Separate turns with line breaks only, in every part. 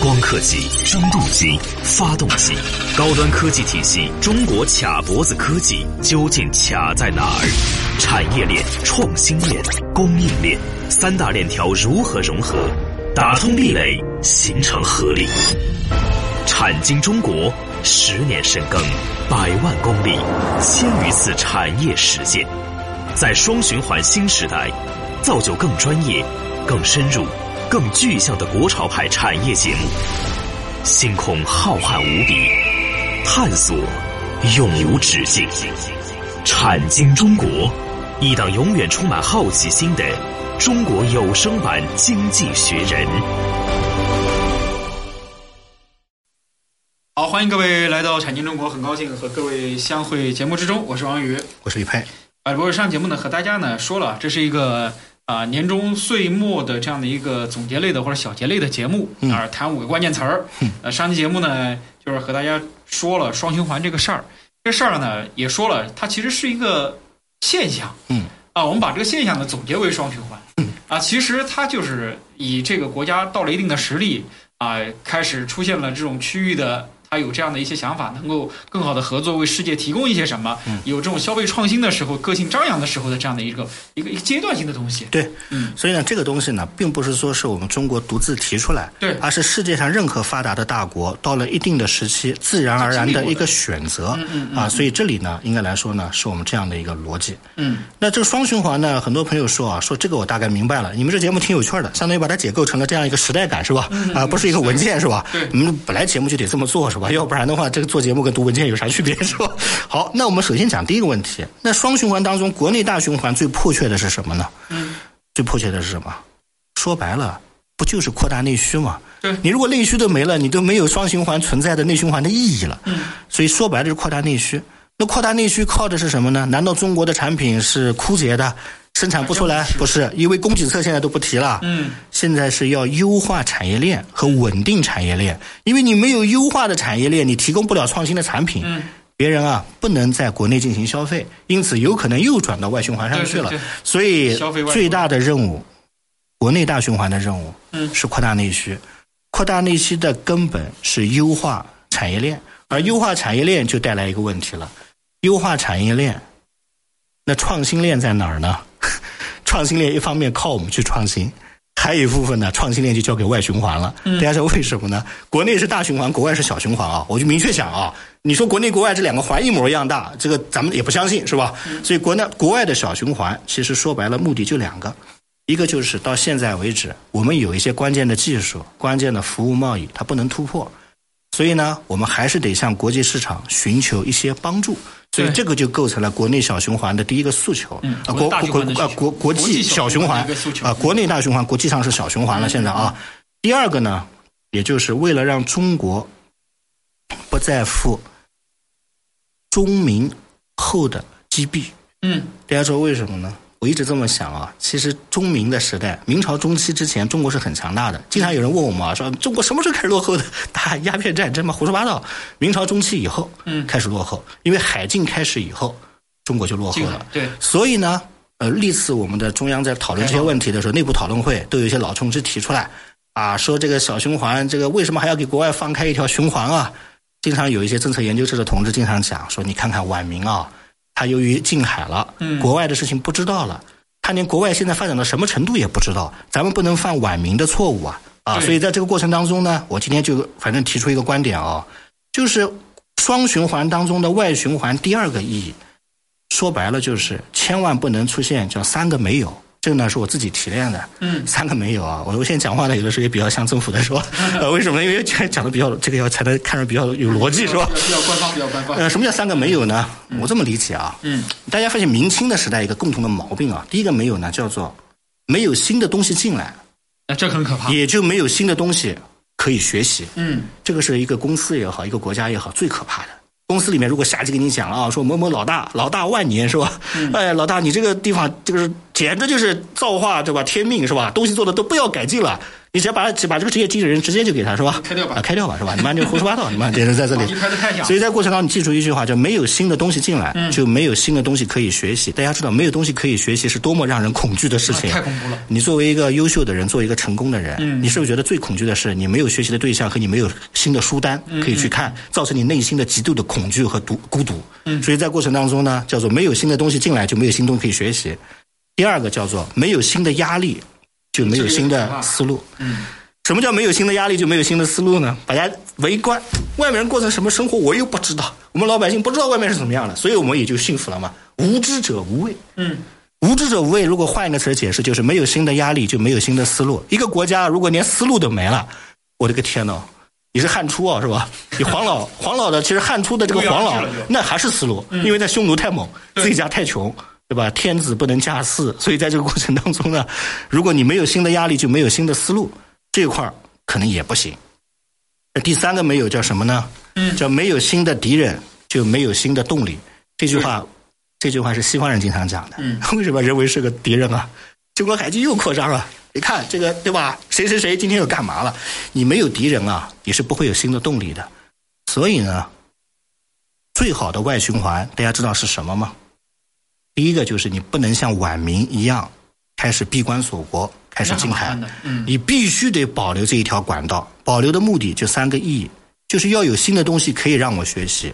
光刻机、蒸镀机、发动机，高端科技体系，中国卡脖子科技究竟卡在哪儿？产业链、创新链、供应链三大链条如何融合，打通壁垒，形成合力？产经中国十年深耕，百万公里，千余次产业实践，在双循环新时代，造就更专业、更深入、更具象的国潮派产业节目。星空浩瀚无比，探索永无止境。产经中国，一档永远充满好奇心的中国有声版《经济学人》。
好，欢迎各位来到《产经中国》，很高兴和各位相会节目之中，我是王宇。
我是李派，
啊，不是上节目呢，和大家呢说了，这是一个啊、年终岁末的这样的一个总结类的或者小结类的节目，
嗯
啊、谈五个关键词儿。呃，上期节目呢，就是和大家说了双循环这个事儿，这事儿呢也说了，它其实是一个现象。
嗯，
啊，我们把这个现象呢总结为双循环。嗯，啊，其实它就是以这个国家到了一定的实力啊、开始出现了这种区域的。它有这样的一些想法，能够更好的合作，为世界提供一些什么？
嗯
有这种消费创新的时候、个性张扬的时候的这样的一个一个一个阶段性的东西。
对，
嗯，
所以呢，这个东西呢，并不是说是我们中国独自提出来，
对
而是世界上任何发达的大国到了一定的时期，自然而然的一个选择，
嗯嗯嗯
啊，所以这里呢，应该来说呢，是我们这样的一个逻辑。
嗯，
那这个双循环呢，很多朋友说啊，说这个我大概明白了，你们这节目挺有趣儿的，相当于把它解构成了这样一个时代感是吧？啊，不是一个文件是吧？
嗯对
你们本来节目就得这么做是吧？要不然的话，这个做节目跟读文件有啥区别是吧？好，那我们首先讲第一个问题，那双循环当中，国内大循环最迫切的是什么呢？
嗯，
最迫切的是什么？说白了，不就是扩大内需吗？
对
你如果内需都没了，你都没有双循环存在的内循环的意义了。
嗯，
所以说白了就是扩大内需。那扩大内需靠的是什么呢？难道中国的产品是枯竭的，生产不出来？不是，因为供给侧现在都不提了。
嗯，
现在是要优化产业链和稳定产业链，因为你没有优化的产业链，你提供不了创新的产品。
嗯，
别人啊不能在国内进行消费，因此有可能又转到外循环上去了。
对对对
所以
消费外
最大的任务，国内大循环的任务，
嗯
是扩大内需。扩大内需的根本是优化产业链，而优化产业链就带来一个问题了：优化产业链，那创新链在哪儿呢？ 创新链一方面靠我们去创新，还有一部分呢，创新链就交给外循环了。
嗯
大家说为什么呢？国内是大循环，国外是小循环啊。我就明确讲啊，你说国内国外这两个环一模一样大，这个咱们也不相信是吧？
嗯
所以国内国外的小循环，其实说白了目的就两个，一个就是到现在为止，我们有一些关键的技术、关键的服务贸易，它不能突破。所以呢，我们还是得向国际市场寻求一些帮助，所以
对
这个就构成了国内小循环的第一个诉求。
嗯
啊，
国
国
大循
国
环的需
啊
求
国
国际
际
小
小
循
循
环
环
的一个诉求
啊，国内大循环，国际上是小循环了。现在啊，第二个呢，也就是为了让中国不再付中民后的积弊。
嗯，
大家说为什么呢？我一直这么想啊，其实中明的时代，明朝中期之前，中国是很强大的。经常有人问我们啊，说中国什么时候开始落后的？打鸦片战争吗？胡说八道！明朝中期以后，
嗯
开始落后，因为海禁开始以后，中国就落后
这
了
个。对，
所以呢，呃，历次我们的中央在讨论这些问题的时候，内部讨论会都有一些老同志提出来啊，说这个小循环，这个为什么还要给国外放开一条循环啊？经常有一些政策研究室的同志经常讲说，你看看晚明啊，他由于近海了，
嗯
国外的事情不知道了，他连国外现在发展到什么程度也不知道，咱们不能犯晚明的错误啊啊！
对
所以在这个过程当中呢，我今天就反正提出一个观点啊，就是双循环当中的外循环第二个意义，说白了就是千万不能出现叫三个没有。这个呢是我自己提炼的，
嗯
三个没有啊。我我现在讲话呢，有的时候也比较像政府 的说，呃，为什么呢？因为讲讲的比较这个要才能看着比较有逻辑，是吧
比？较比较官方，比较官方。
呃，什么叫三个没有呢？我这么理解啊，
嗯，
大家发现明清的时代一个共同的毛病啊，第一个没有呢叫做没有新的东西进来，
那这很可怕。
也就没有新的东西可以学习。
嗯，
这个是一个公司也好，一个国家也好，最可怕的。公司里
嗯
面如果下级给你讲了啊，说某某老大，老大万年是吧？哎，老大，你这个地方这个简直就是造化，对吧？天命是吧？东西做的都不要改进了，你直接把把这个职业经纪人直接就给他是吧？
开掉吧
啊，开掉吧是吧？你妈就胡说八道，你妈 简直在这里
把你开的太响
所以在过程当中，你记住一句话，就没有新的东西进来，就没有新的东西可以学习。大家知道，没有东西可以学习是多么让人恐惧的事情。
啊太恐怖了
你作为一个优秀的人，做一个成功的人，你是不是觉得最恐惧的是你没有学习的对象和你没有新的书单可以去看，造成你内心的极度的恐惧和独孤独？所以在过程当中呢，叫做没有新的东西进来就没有新东西可以学习。第二个叫做没有新的压力就没有新的思路。嗯什么叫没有新的压力就没有新的思路呢？把大家围观，外面人过成什么生活，我又不知道，我们老百姓不知道外面是怎么样的，所以我们也就幸福了嘛。无知者无畏，
嗯，
无知者无畏。如果换一个词儿解释，就是没有新的压力就没有新的思路。一个国家如果连思路都没了，我的个天呐！你是汉初啊，是吧？你 黄老，黄老的其实汉初的这个黄老
不一样是了就嗯
那还是思路，因为在匈奴太猛，自己家太穷，对吧？天子不能嫁嗣，所以在这个过程当中呢，如果你没有新的压力，就没有新的思路，这块儿可能也不行。那第三个没有叫什么呢？嗯，叫没有新的敌人，就没有新的动力。这句话，这句话是西方人经常讲的。嗯， 为什么认为是个敌人啊？中国海军又扩张了。你看这个对吧？谁谁谁今天又干嘛了？你没有敌人啊，你是不会有新的动力的。所以呢，最好的外循环，大家知道是什么吗？第一个就是你不能像晚明一样开始闭关锁国，开始禁
那
海
很麻烦的，嗯
你必须得保留这一条管道。保留的目的就三个意义，就是要有新的东西可以让我学习，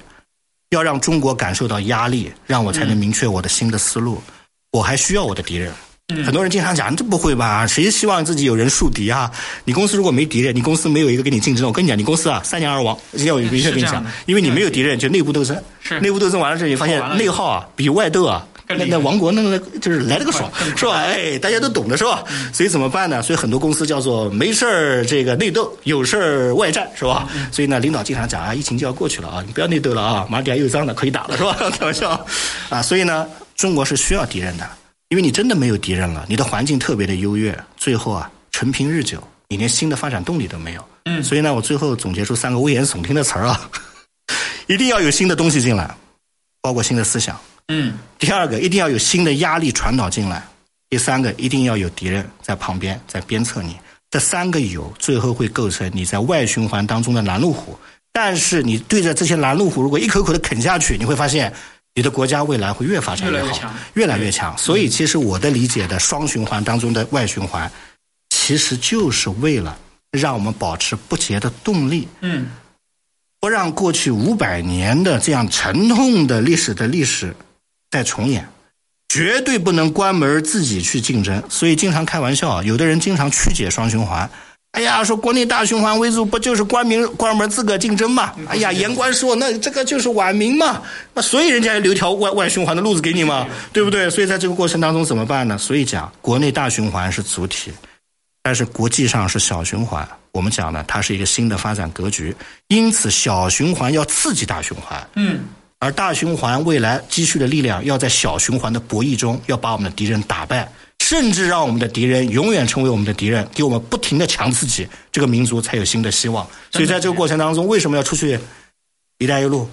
要让中国感受到压力，让我才
嗯
能明确我的新的思路。我还需要我的敌人。
嗯
很多人经常讲，你这不会吧？谁希望自己有人树敌啊？你公司如果没敌人，你公司没有一个跟你竞争的，我跟你讲，你公司啊三年而亡。今天我明确跟
嗯是
你
这样
讲
的，
因为你没有敌人，就内部斗争。
是
内部斗争完了之后，你发现
好玩了
内耗啊比外斗啊。
更
那
厉害
那亡国那个就是来了个爽
更快，
是吧？哎，大家都懂的是吧？所以怎么办呢？所以很多公司叫做没事儿这个内斗，有事儿外战，是吧？所以呢，领导经常讲啊，疫情就要过去了啊，你不要内斗了啊，马上底下又脏了，可以打了，是吧？ 开玩笑啊，所以呢，中国是需要敌人的，因为你真的没有敌人了，你的环境特别的优越，最后啊，陈平日久，你连新的发展动力都没有。嗯，所以呢，我最后总结出三个危言耸听的词儿啊， 一定要有新的东西进来，包括新的思想。
嗯，
第二个，一定要有新的压力传导进来；第三个，一定要有敌人在旁边在鞭策你。这三个有，最后会构成你在外循环当中的拦路虎。但是你对着这些拦路虎，如果一口口的啃下去，你会发现你的国家未来会越发展
越来越
好，越
强嗯
来越强。所以，其实我的理解的双循环当中的外循环，其实就是为了让我们保持不竭的动力，
嗯，
不让过去五百年的这样沉痛的历史的历史再重演，绝对不能关门自己去竞争。所以经常开玩笑啊，有的人经常曲解双循环。哎呀，说国内大循环为主，不就是关门关门自个竞争嘛？哎呀，言官说那这个就是晚明嘛，那所以人家留条外外循环的路子给你嘛，对不对？所以在这个过程当中怎么办呢？所以讲国内大循环是主体，但是国际上是小循环。我们讲呢，它是一个新的发展格局，因此小循环要刺激大循环，
嗯，
而大循环未来积蓄的力量要在小循环的博弈中，要把我们的敌人打败，甚至让我们的敌人永远成为我们的敌人，给我们不停的强刺激，这个民族才有新的希望。所以在这个过程当中，为什么要出去“一带一路”？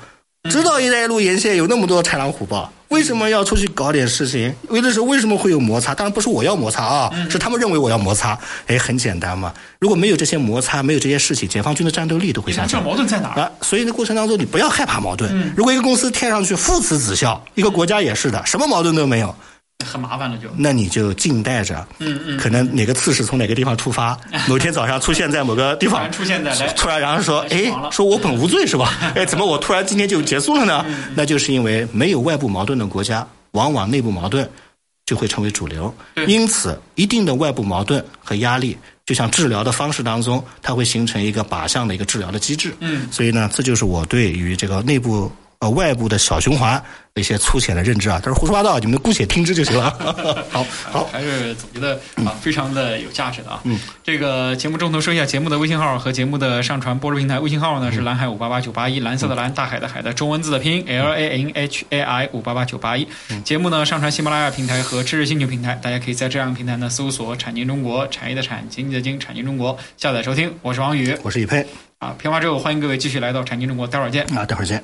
知道“一带一路”沿线有那么多豺狼虎豹，为什么要出去搞点事情？为的是为什么会有摩擦？当然不是我要摩擦啊，是他们认为我要摩擦。哎，很简单嘛，如果没有这些摩擦，没有这些事情，解放军的战斗力都会
你
下
不知
降
道。矛盾在哪儿？
啊，所以这过程当中你不要害怕矛盾。如果一个公司贴上去父慈子孝，一个国家也是的，什么矛盾都没有，
很麻烦了就。
那你就静待着。嗯嗯，可能哪个刺史从哪个地方突发，某天早上出现在某个地
突
方
然，出现在来
突然然后说，
来
哎
死亡，了嗯
说我本无罪是吧？哎，怎么我突然今天就结束了呢？那就是因为没有外部矛盾的国家，往往内部矛盾就会成为主流。因此，一定的外部矛盾和压力，就像治疗的方式当中，它会形成一个靶向的一个治疗的机制。嗯，所以呢，这就是我对于这个内部。呃，外部的小循环的一些粗浅的认知啊，但是胡说八道，你们姑且听之就行了。 好好，
还是总觉得啊，非常的有价值的啊。嗯，这个节目中途说一下节目的微信号和节目的上传播出平台。微信号呢是蓝海五八八九八一，蓝色的蓝，大海的海的中文字的拼音 L A N H A I 五八八九八一。节目呢上传喜马拉雅平台和知识星球平台，大家可以在这两个平台呢搜索“产经中国”，产业的产，经济的经，产经中国下载收听。我是王宇
我是李佩啊
啊，片花之后欢迎各位继续来到产经中国，待会儿见。
啊，待会儿见。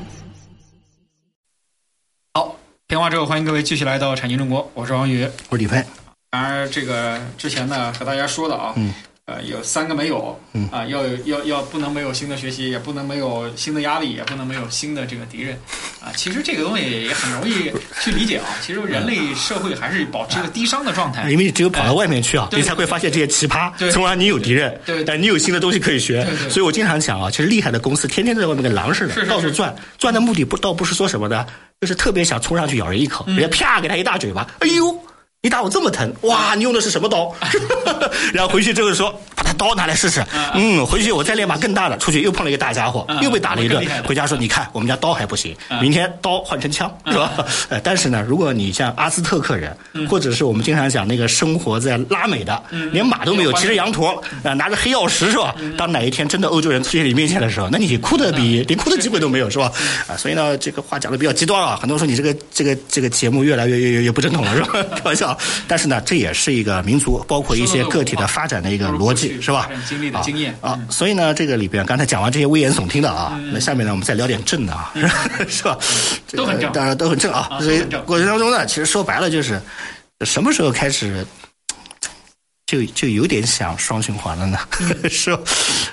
好，片花之后，欢迎各位继续来到产经中国，我是王宇。
我是李飞，
然而，这个之前呢和大家说的啊，
嗯
呃，有三个没有，
嗯
啊、要有要要不能没有新的学习，也不能没有新的压力，也不能没有新的这个敌人，啊、其实这个东西也很容易去理解啊。其实人类社会还是保持一个低商的状态，
因为你只有跑到外面去啊，
对
你才会发现这些奇葩
对，
从而你有敌人
对对，
但你有新的东西可以学
对对。
所以我经常讲啊，其实厉害的公司天天都在外面跟狼似
是是
的
是
到处转，转的目的不倒不是说什么呢，就是特别想冲上去咬人一
嗯
口，人家啪给他一大嘴巴，哎呦。你打我这么疼，哇！你用的是什么刀？ 然后回去之后说，把他刀拿来试试。嗯，回去我再练把更大的，出去又碰了一个大家伙
嗯，
又被打了一
更
顿
厉害的。
回家说，你看我们家刀还不行，
嗯
明天刀换成枪，是吧？呃，但是呢，如果你像阿兹特克人，或者是我们经常讲那个生活在拉美的，连马都没有，
嗯有嗯
骑着羊驼，啊，拿着黑曜石，是吧？当哪一天真的欧洲人出现你面前的时候，那你哭的比连哭的机会都没有，是吧？
嗯
啊，所以呢，这个话讲的比较极端啊，很多人说你这个这个这个节目越来越越越越不正统了，是 吧？开玩笑，但是呢，这也是一个民族，包括一些个体的发展的一个逻辑，是吧
发？展经历的经验
啊，啊所以呢，这个里边刚才讲完这些危言耸听的啊，
嗯
那下面呢，我们再聊点正的啊， 是吧？这个
都很正
当然都很正啊
啊。
所以
都很正
过程当中呢，其实说白了就是，什么时候开始就就有点想双循环了呢？
嗯
是吧？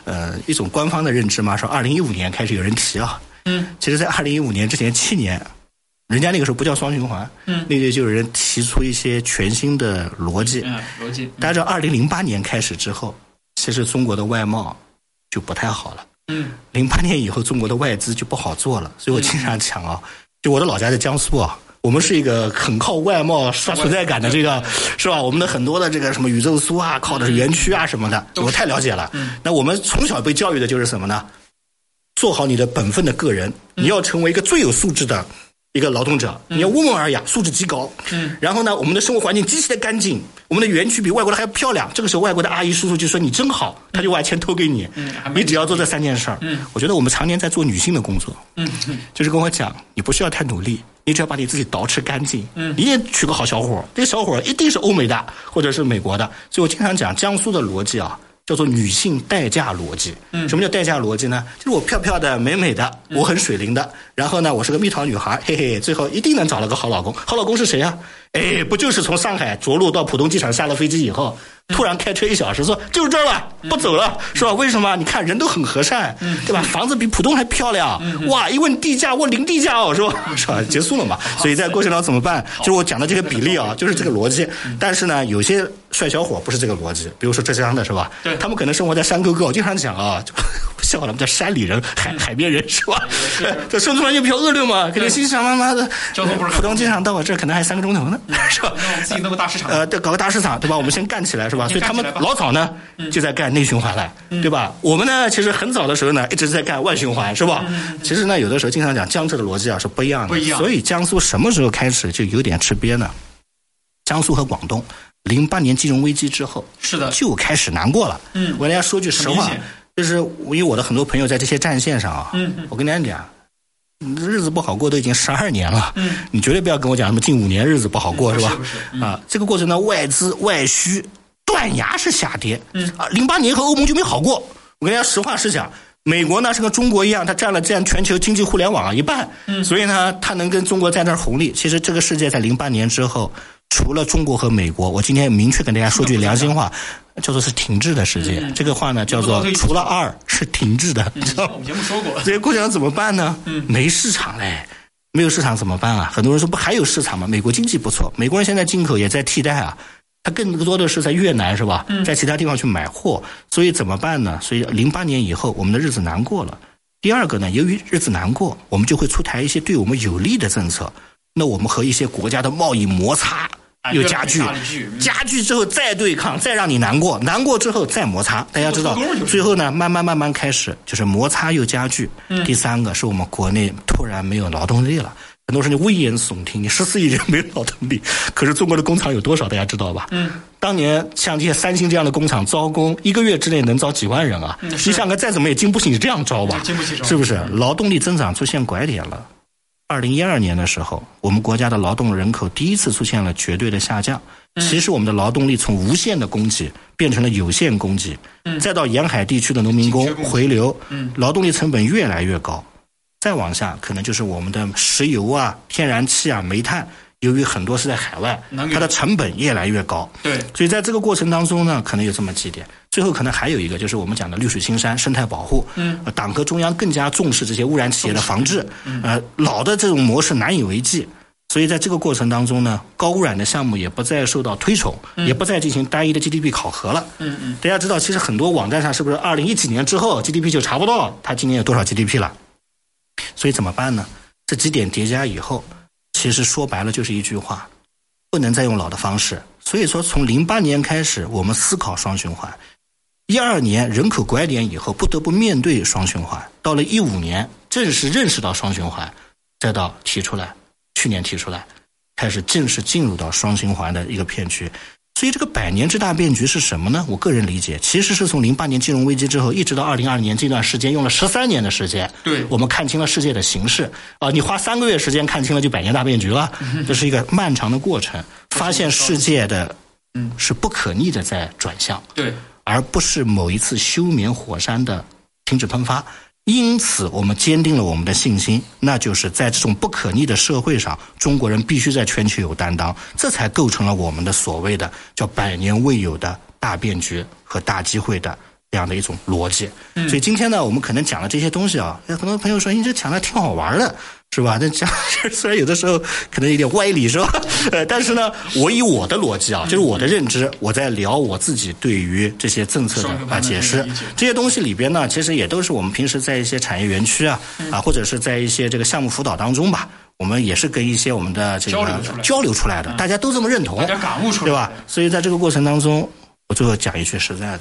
呃，一种官方的认知嘛，说二零一五年开始有人提啊，
嗯，
其实，在二零一五年之前七年，人家那个时候不叫双循环，
嗯
那个就有人提出一些全新的逻辑，
嗯，逻辑，
大家知道，二零零八年开始之后，其实中国的外贸就不太好了。
嗯
零八年以后，中国的外资就不好做了，所以我经常讲啊，就我的老家在江苏啊。我们是一个很靠外贸刷存在感的
嗯
这个，是吧？我们的很多的这个什么宇宙苏啊，靠的是园区啊什么的，
都是
我太了解了
嗯。
那我们从小被教育的就是什么呢？做好你的本分的个人，
嗯
你要成为一个最有素质的一个劳动者，你要温文尔雅，素质极高。
嗯，
然后呢，我们的生活环境极其的干净，我们的园区比外国的还漂亮。这个时候，外国的阿姨叔叔就说：“你真好。”他就把钱偷给你
嗯还，没
你只要做这三件事儿。
嗯，
我觉得我们常年在做女性的工作，
嗯嗯
就是跟我讲，你不需要太努力，你只要把你自己捯饬干净，
嗯
你也娶个好小伙儿，这个小伙儿一定是欧美的或者是美国的，所以我经常讲江苏的逻辑啊。叫做女性代嫁逻辑，
嗯
什么叫代嫁逻辑呢？就是我漂漂的、美美的，我很水灵的，然后呢，我是个蜜桃女孩，嘿嘿，最后一定能找了个好老公。好老公是谁啊？哎，不就是从上海着陆到浦东机场下了飞机以后，
嗯
突然开车一小时说就是这儿了，不走了，是吧？为什么？你看人都很和善，
嗯
对吧？房子比浦东还漂亮，哇！一问地价，我零地价哦，是吧？是吧？结束了嘛。所以在过程当中怎么办？就是我讲的这个比例啊，就是这个逻辑。
嗯
但是呢，有些帅小伙不是这个逻辑，比如说浙江的是吧？
对
他们可能生活在山沟沟。我经常讲啊，就 我笑了，我们叫山里人、海
嗯
海边人是吧？ 这生存环境比较恶劣嘛，可能心想妈妈的，
交通不是很
浦东机场到我这儿可能还三个钟头呢， 是吧？
嗯那我们自己弄个大市场，
呃，对，搞个大市场，对吧？我们先干起来，是吧？所
先
以他
干起
们
来吧嗯
老早呢就在干内循环了，对吧？我们呢，其实很早的时候呢，一直在干外循环，是吧？其实呢，有的时候经常讲江浙的逻辑啊是不一样
嗯
的，
不一样
所以江苏什么时候开始就有点吃瘪呢？江苏和广东，零八年金融危机之后
是 的，
就开始难过了。
嗯
我跟大家说句实话
很明显，
就是因为我的很多朋友在这些战线上啊，
嗯嗯
我跟大家讲，日子不好过都已经十二年了，
嗯
你绝对不要跟我讲什么近五年日子不好过，
嗯
是吧？
不是不是
啊，这个过程呢，外资外需断崖式下跌，
嗯
啊，零八年和欧盟就没好过。我跟大家实话实讲。美国呢是跟中国一样，它占了占全球经济互联网一半，
嗯
所以呢，它能跟中国在那儿红利。其实这个世界在零八年之后，除了中国和美国，我今天明确跟大家说句良心话，叫做是停滞的世界。
嗯
这个话呢叫做除了二是停滞的，你知道
我
吗？
们节目说过，
所以过程怎么办呢？
嗯
没市场嘞，没有市场怎么办啊？很多人说不还有市场吗？美国经济不错，美国人现在进口也在替代啊。他更多的是在越南是吧？
嗯
在其他地方去买货，所以怎么办呢？所以零八年以后，我们的日子难过了。第二个呢，由于日子难过，我们就会出台一些对我们有利的政策。那我们和一些国家的贸易摩擦
啊
又加剧
越来越大的剧，嗯
加剧之后再对抗，再让你难过，难过之后再摩擦。大家知道
这个勾儿就，是
最后呢，慢慢慢
嗯
慢开始就是摩擦又加剧。第三个是我们国内突然没有劳动力了。很多时候你危言耸听，你十四亿人没有劳动力，可是中国的工厂有多少？大家知道吧？
嗯，
当年像这些三星这样的工厂招工，一个月之内能招几万人啊？
嗯
你
是
想想，再怎么也经不起你这样招吧？
经不起招
是不是？劳动力增长出现拐点了。二零一二年的时候，我们国家的劳动人口第一次出现了绝对的下降。
嗯
其实我们的劳动力从无限的供给变成了有限供给，再到沿海地区的农民工
嗯紧缺供给
回流
嗯，
劳动力成本越来越高。再往下，可能就是我们的石油啊、天然气啊、煤炭，由于很多是在海外
能，源
它的成本越来越高。
对，
所以在这个过程当中呢，可能有这么几点。最后可能还有一个就是我们讲的绿水青山、生态保护。
嗯
呃，党和中央更加重视这些污染企业的防治。呃，老的这种模式难以为继。所以在这个过程当中呢，高污染的项目也不再受到推崇，也不再进行单一的 GDP 考核了。
嗯嗯，
大家知道，其实很多网站上是不是二零一几年之后 GDP 就查不到它今年有多少 GDP 了？所以怎么办呢？这几点叠加以后，其实说白了就是一句话：不能再用老的方式。所以说，从零八年开始，我们思考双循环。一二年人口拐点以后，不得不面对双循环。到了一五年，正式认识到双循环，再到提出来，去年提出来，开始正式进入到双循环的一个骗局。所以这个百年之大变局是什么呢？我个人理解，其实是从零八年金融危机之后，一直到二零二零年这段时间，用了十三年的时间，
对
我们看清了世界的形势啊、你花三个月时间看清了就百年大变局了，这是一个漫长的过程，发现世界的
嗯
是不可逆的在转向。
对，
而不是某一次休眠火山的停止喷发。因此，我们坚定了我们的信心，那就是在这种不可逆的社会上，中国人必须在全球有担当，这才构成了我们的所谓的叫百年未有的大变局和大机会的这样的一种逻辑。
嗯
所以今天呢，我们可能讲了这些东西啊，有很多朋友说，你这讲的挺好玩的，是吧？ 那讲虽然有的时候可能有点歪理，是吧？ 呃，但是呢，我以我的逻辑
嗯
啊，就是我的认知，我在聊我自己对于这些政策的啊解释。这些东西里边呢，其实也都是我们平时在一些产业园区啊，啊，或者是在一些这个项目辅导当中吧，我们也是跟一些我们的这个
交流出来的嗯
交流出来的，大家都这么认同，
大家感悟出来
对吧？所以在这个过程当中，我最后讲一句实在的，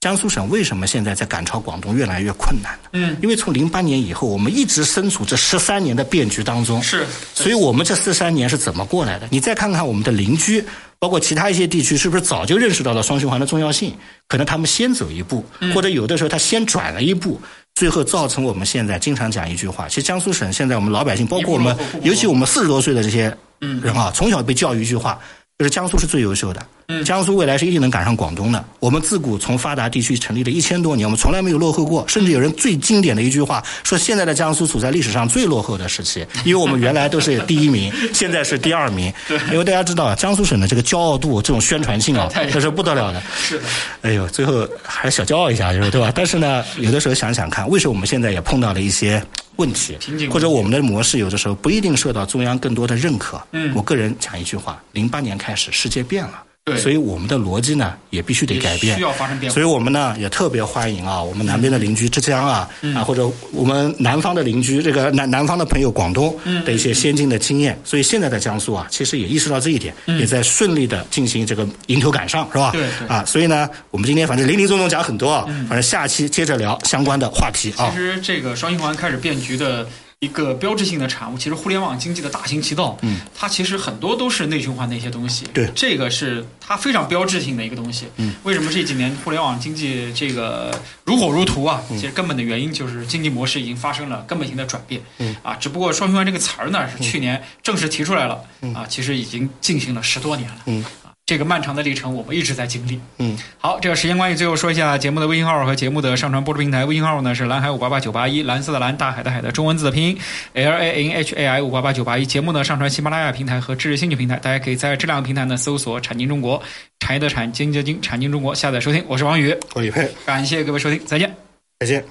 江苏省为什么现在在赶超广东越来越困难呢？
嗯，
因为从零八年以后，我们一直身处这十三年的变局当中，
是
所以我们这四三年是怎么过来的？你再看看我们的邻居，包括其他一些地区，是不是早就认识到了双循环的重要性？可能他们先走一步，
嗯
或者有的时候他先转了一步，最后造成我们现在经常讲一句话。其实江苏省现在我们老百姓，包括我们
一步落后，
尤其我们四十多岁的这些人啊，从小被教育一句话，就是江苏是最优秀的。江苏未来是一定能赶上广东的。我们自古从发达地区成立了一千多年，我们从来没有落后过。甚至有人最经典的一句话说，现在的江苏处在历史上最落后的时期，因为我们原来都是第一名，现在是第二名。因为大家知道啊，江苏省的这个骄傲度、这种宣传性啊
太，
这是不得了的。
是的，
哎呦，最后还是小骄傲一下，就是 对吧？但是呢，有的时候想想看，为什么我们现在也碰到了一些问题
瓶颈，
或者我们的模式有的时候不一定受到中央更多的认可。嗯，我个人讲一句话：零八年开始，世界变了。
对
所以我们的逻辑呢也必须得改变，
也需要发生变化
所以我们呢也特别欢迎啊，我们南边的邻居浙江啊，
嗯
啊或者我们南方的邻居这个南南方的朋友广东
嗯
的一些先进的经验。所以现在的江苏啊，其实也意识到这一点，也在顺利的进行这个迎头赶上，是吧？
嗯对对
啊，所以呢，我们今天反正林林总总讲很多啊，反正下期接着聊相关的话题啊
其。实这个双循环开始变局的一个标志性的产物，其实互联网经济的大行其道，嗯，它其实很多都是内循环的一些东西，
对
这个是它非常标志性的一个东西。嗯，为什么这几年互联网经济这个如火如荼啊？其实根本的原因就是经济模式已经发生了根本性的转变，嗯啊，只不过双循环这个词儿呢是去年正式提出来了，啊，其实已经进行了十多年了，嗯。这个漫长的历程，我们一直在经历。
嗯，
好，这个时间关系，最后说一下节目的微信号和节目的上传播出平台。微信号呢是蓝海五八八九八一，蓝色的蓝，大海的海的中文字的拼音 L A N H A I 五八八九八一。节目呢上传喜马拉雅平台和知识星球平台，大家可以在这两个平台呢搜索“产经中国”，产业的产，经济的经，产经中国下载收听。我是王宇，
哦我李佩，
感谢各位收听，再见。
再见。